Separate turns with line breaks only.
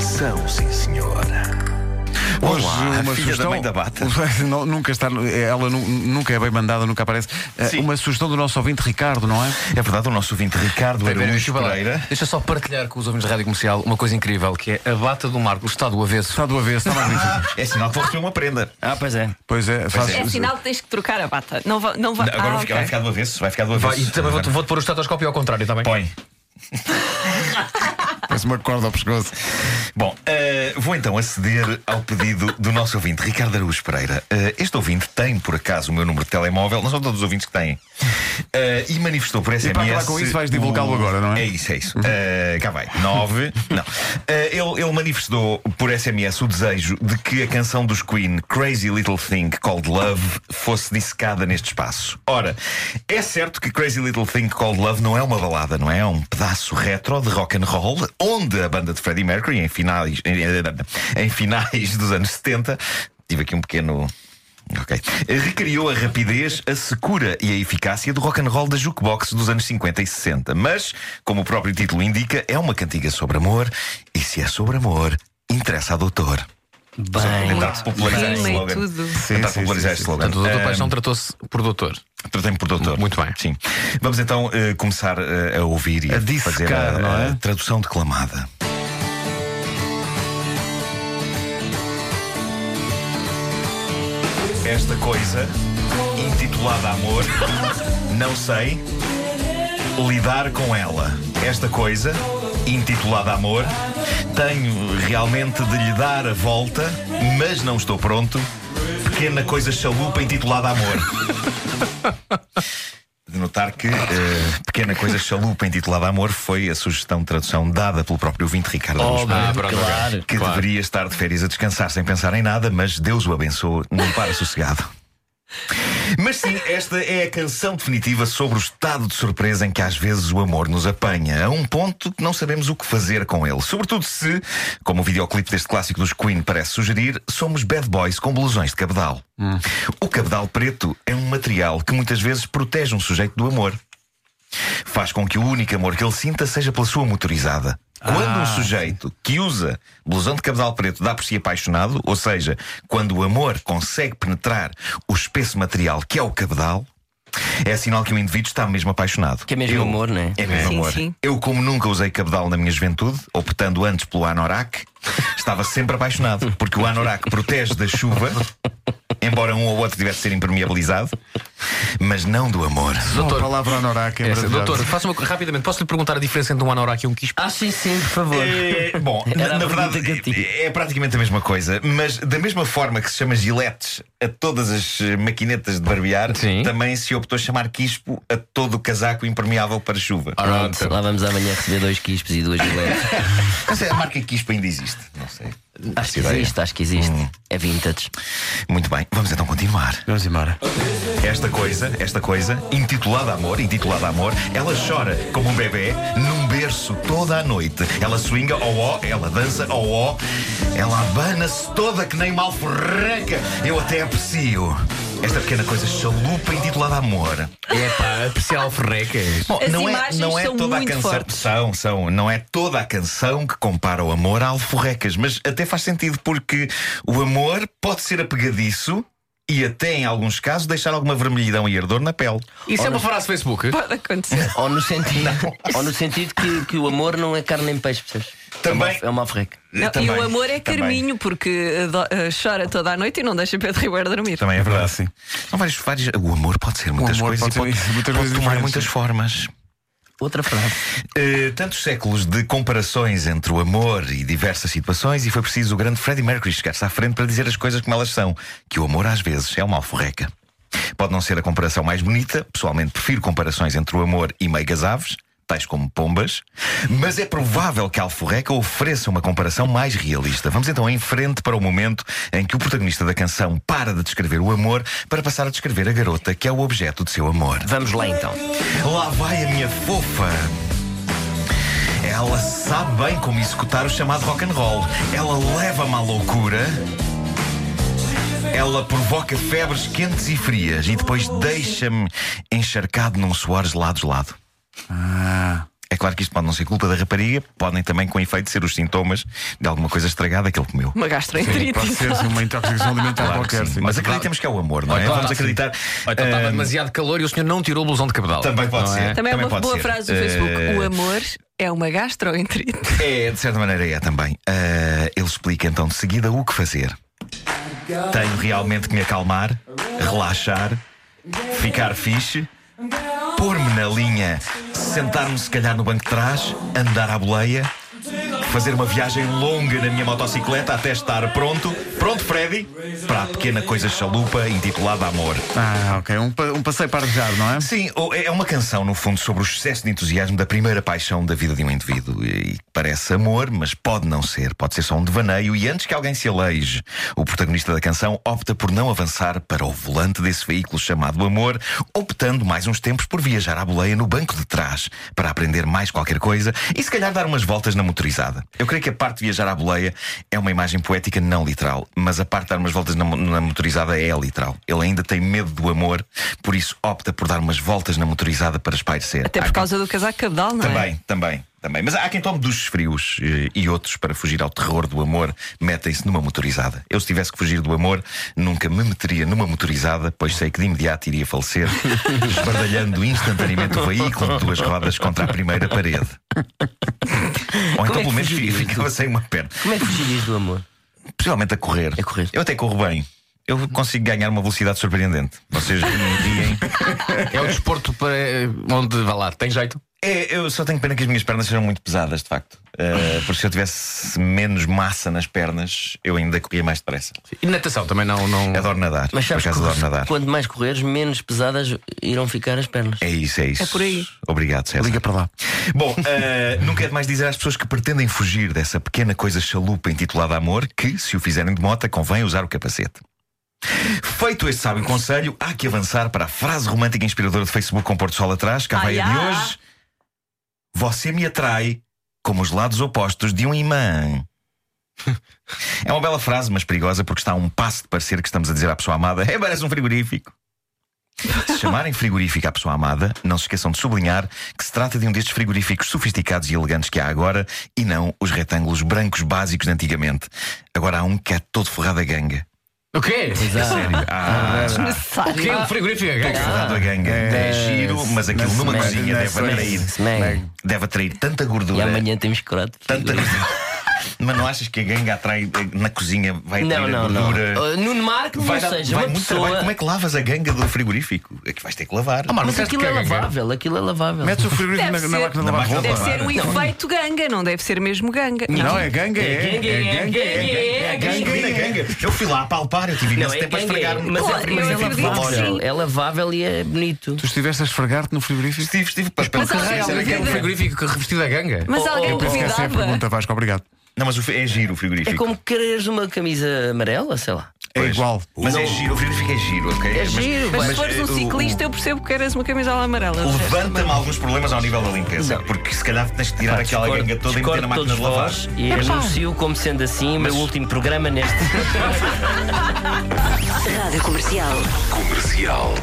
São, sim, senhora.
Hoje
Olá, filha
uma sugestão.
da mãe da bata.
Não, nunca está, ela nu- nunca é bem mandada, nunca aparece. Eh,
Sim.
Uma sugestão do nosso ouvinte Ricardo, não é?
É verdade, o nosso ouvinte Ricardo
Espera,
Araújo
desculpa lá.
Pereira.
Deixa só partilhar com os ouvintes da rádio comercial uma coisa incrível que é a bata do Marco está do avesso.
Está do avesso, está magnífico.
É sinal que vou receber uma prenda.
Ah, pois é.
Pois é, faz.
é.
É sinal que tens que trocar a bata. Não vai. Não va
Agora
ah,
vai, ficar, vai
ok.
ficar do avesso. Vai ficar do
Vai, e
avesso.
também vou-te vou pôr o estetoscópio ao contrário, está bem?
Põe.
Parece uma corda ao pescoço.
Bom, eh, vou então aceder ao pedido do nosso ouvinte, Ricardo Araújo Pereira. Eh, este ouvinte tem, por acaso, o meu número de telemóvel, não são todos os ouvintes que têm, Eh, e manifestou por SMS.
para acabar com isso, vais divulgá-lo
o-
agora, não é?
É isso, é isso. Eh, cá vai. Nove. não. Eh, ele, ele manifestou por SMS o desejo de que a canção dos Queen, Crazy Little Thing Called Love, fosse dissecada neste espaço. Ora, é certo que Crazy Little Thing Called Love não é uma balada, não é? É um pedaço retro de rock and roll, onde a banda de Freddie Mercury, em finais, em, em finais dos anos 70, tive aqui um pequeno. Ok. Recriou a rapidez, a secura e a eficácia do rock and roll da jukebox dos anos 50 e 60. Mas, como o próprio título indica, é uma cantiga sobre amor, e se é sobre amor, interessa ao doutor.
Bem.
Tentar popularizar este
Rima e
slogan.
tudo.
Tentar
Sim, sim,
popularizar
sim,
este
sim.
slogan.
Portanto, o doutor
Ahm,
Paixão tratou-se por doutor.
Tratei-me por doutor.
Muito bem.
Sim. Vamos então eh, começar eh, a ouvir e
A
a
dissecar,
fazer a,
não é?
a tradução declamada. Esta coisa, intitulada Amor, não sei lidar com ela. Esta coisa, intitulada Amor, tenho realmente de lhe dar a volta, mas não estou pronto. Pequena coisa chalupa intitulada Amor. De notar que eh, Pequena Coisa Chalupa intitulada Amor foi a sugestão de tradução dada pelo próprio ouvinte Ricardo Araújo Pereira,
claro,
que deveria estar de férias a descansar sem pensar em nada, mas Deus o abençoou, não para sossegado. Mas sim, esta é a canção definitiva sobre o estado de surpresa em que às vezes o amor nos apanha, a um ponto que não sabemos o que fazer com ele. Sobretudo se, como o videoclipe deste clássico dos Queen parece sugerir, somos bad boys com blusões de cabedal. O cabedal preto é um material que muitas vezes protege um sujeito do amor. Faz com que o único amor que ele sinta seja pela sua motorizada.
Ah.
Quando um sujeito que usa blusão de cabedal preto dá por si apaixonado, ou seja, quando o amor consegue penetrar o espesso material que é o cabedal, é sinal que o indivíduo está mesmo apaixonado.
Que é mesmo
Eu-
amor, não é?
É mesmo
Sim,
amor.
sim.
Eu, como nunca usei cabedal na minha juventude, optando antes pelo anorak, estava sempre apaixonado, porque o anorak protege da chuva, embora um ou outro tivesse de ser impermeabilizado, mas não do amor.
Uma
Doutor.
palavra honoráquia.
É, doutor, faça uma co- rapidamente. Posso lhe perguntar a diferença entre um anorak e um quispo?
Ah, sim, sim, por favor.
É, bom,
Era
na, na
a pergunta que eu
verdade
tinha.
é, é praticamente a mesma coisa, mas da mesma forma que se chama giletes a todas as eh, maquinetas de barbear,
Sim.
também se optou chamar quispo a todo o casaco impermeável para chuva.
Pronto, lá vamos amanhã receber dois quispos e duas giletes.
Não sei, a marca quispo ainda existe, não sei.
Acho que
ideia.
existe, acho que existe. É vintage.
Muito bem, vamos então continuar.
Vamos embora.
Esta coisa, esta coisa, intitulada Amor, intitulada Amor, ela chora como um bebê num berço toda a noite. Ela swinga, ó ó, ela dança, ó ó, ela abana-se toda que nem mal forreca. Eu até aprecio. Esta pequena coisa chalupa intitulada Amor.
É pá, apreciar ferrecas.
Bom,
As
não é,
imagens
não é
são
toda a
muito
canção.
fortes.
São, são. Não é toda a canção que compara o amor a alforrecas, mas até faz sentido porque o amor pode ser apegadiço e até, em alguns casos, deixar alguma vermelhidão e ardor na pele.
Isso é uma frase Facebook?
Pode acontecer.
Ou no sentido, ou no sentido que, que o amor não é carne nem peixe, percebes?
Também.
É uma, é uma alforreca.
Não,
Também,
e o amor é
também.
Carminho, porque ado- eh, chora toda a noite e não deixa Pedro Ribeiro dormir.
Também é verdade,
Sim.
sim. São vários, vários- o amor pode ser muitas
amor
coisas
pode
e pode,
ser muitas
pode
coisas
tomar
diferentes,
muitas
sim.
formas.
Outra frase.
Eh, tantos séculos de comparações entre o amor e diversas situações, e foi preciso o grande Freddie Mercury chegar-se à frente para dizer as coisas como elas são: que o amor às vezes é uma alforreca. Pode não ser a comparação mais bonita, pessoalmente prefiro comparações entre o amor e meigas aves, tais como pombas, mas é provável que a alforreca ofereça uma comparação mais realista. Vamos então em frente para o momento em que o protagonista da canção para de descrever o amor para passar a descrever a garota que é o objeto de seu amor.
Vamos lá então.
Lá vai a minha fofa. Ela sabe bem como executar o chamado rock and roll. Ela leva-me à loucura. Ela provoca febres quentes e
Ah,
frias e depois deixa-me encharcado num suor gelado gelado. É claro que isto pode não ser culpa da rapariga, podem também, com efeito, ser os sintomas de alguma coisa estragada que ele comeu.
Uma
Pode
gastroenterite.
ser assim, uma intoxicação alimentar
Claro que
qualquer.
sim.
sim.
Mas acreditamos que é o amor, não é?
então
Claro,
Vamos
sim.
acreditar.
Ou
tá
então estava
ah,
demasiado calor e o senhor não tirou o blusão de cabedal.
Também pode
Não é?
ser.
Também é uma
pode
boa
ser.
frase do Facebook.
Eh,
O amor é uma gastroenterite.
É, de certa maneira é também. Ah, ele explica então de seguida o que fazer. Tenho realmente que me acalmar, relaxar, ficar fixe, pôr-me na linha, sentar-me se calhar no banco de trás, andar à boleia, fazer uma viagem longa na minha motocicleta até estar pronto, pronto, Freddy, para a pequena coisa chalupa intitulada Amor.
Ah, ok. Um, pa- um passeio para desejar, não é?
Sim, ou- é uma canção, no fundo, sobre o excesso de entusiasmo da primeira paixão da vida de um indivíduo. E e parece amor, mas pode não ser. Pode ser só um devaneio. E antes que alguém se aleije, o protagonista da canção opta por não avançar para o volante desse veículo chamado amor, optando mais uns tempos por viajar à boleia no banco de trás para aprender mais qualquer coisa e se calhar dar umas voltas na motorizada. Eu creio que a parte de viajar à boleia é uma imagem poética não literal, mas a parte de dar umas voltas na, mo- na motorizada é literal. Ele ainda tem medo do amor, por isso opta por dar umas voltas na motorizada para espairecer.
Até
Há
por
quem-
causa do casaco cabedal, não é?
Também, também, também. Mas há quem tome duches frios eh, e outros para fugir ao terror do amor metem-se numa motorizada. Eu, se tivesse que fugir do amor, nunca me meteria numa motorizada, pois sei que de imediato iria falecer, esbardalhando instantaneamente o veículo de duas rodas contra a primeira parede. Ou então,
é que
pelo menos, fi-
fugirias,
ficava sem uma perna.
Como é que fugirias do amor?
Principalmente a correr.
A correr.
Eu até corro bem. Eu consigo ganhar uma velocidade surpreendente. Vocês me diem.
É o desporto para onde vai lá, tem jeito.
É, eu só tenho pena que as minhas pernas sejam muito pesadas, de facto. Uh, porque se eu tivesse menos massa nas pernas, eu ainda corria mais depressa.
E natação também não. não...
Adoro nadar.
Mas sabes
por acaso adoro
que
nadar.
quanto mais correres, menos pesadas irão ficar as pernas.
É isso, é isso.
É por aí.
Obrigado, César.
Liga para lá.
Bom, eh, nunca é demais dizer às pessoas que pretendem fugir dessa pequena coisa chalupa intitulada amor que, se o fizerem de mota, convém usar o capacete. Feito este sábio conselho, há que avançar para a frase romântica e inspiradora do Facebook com Porto Sol atrás, cá vai a
Ai,
de
ah.
hoje. Você me atrai como os lados opostos de um imã. É uma bela frase, mas perigosa porque está a um passo de parecer que estamos a dizer à pessoa amada: é, parece um frigorífico. Se chamarem frigorífico à pessoa amada, não se esqueçam de sublinhar que se trata de um destes frigoríficos sofisticados e elegantes que há agora e não os retângulos brancos básicos de antigamente. Agora há um que é todo forrado a ganga.
O quê?
Sério? Ah,
O quê? O um frigorífico?
forrado a ganga. É, giro, mas aquilo numa
Mas-
cozinha
mas-
deve atrair.
Se bem,
Deve atrair tanta
E
gordura.
amanhã temos croto.
Tanta. mas não achas que a ganga atrai eh, na cozinha? Vai atrair
Não,
a
não, não.
gordura?
Uh, Nuno Marco,
Vai,
ou
dar-
seja,
vai
uma
muito trabalho.
pessoa.
Como é que lavas a ganga do frigorífico? É que vais ter que lavar.
Ah, Marco,
Mas
disseste
aquilo
que
é
é ganga.
lavável, aquilo é lavável.
Metes o frigorífico na,
Deve
na
ser.
máquina de
Na
lavar
máquina de
roupa.
Deve ser um efeito ganga, não deve ser mesmo ganga.
Não, é ganga, é.
É ganga, é ganga, é ganga.
Ganga, ganga. Eu fui lá a palpar, eu tive
Não,
imenso
é
tempo a
ganga, é-
esfregar-me.
mas é-
Claro,
mas
eu
é
acredito que
lavável.
sim.
É lavável e é bonito.
Tu estiveste a esfregar-te no frigorífico?
Estive, estive papel
Mas há
carrega,
alguém
era
que-
ganga.
O Ah, é um frigorífico que revestido a ganga.
Mas alguém
oh, oh,
Essa é a
duvidava.
pergunta, Vasco, obrigado.
Não, mas o fri- é giro o frigorífico.
É como quereres uma camisa amarela, sei lá.
É
Pois.
igual.
Mas é giro, o frigorífico é giro, ok?
É
Mas-
giro,
Mas se
mas,
fores
eh,
um
o-
ciclista, eu percebo que eras uma camisola amarela. é? de resto.
Levanta-me alguns problemas ao nível da limpeza.
Não.
Porque se calhar tens de tirar
Pá,
aquela
discordo-
ganga toda e meter
discordo
na máquina de
todos
lavar.
vós E anuncio como sendo assim o meu último programa neste.
Rádio Comercial.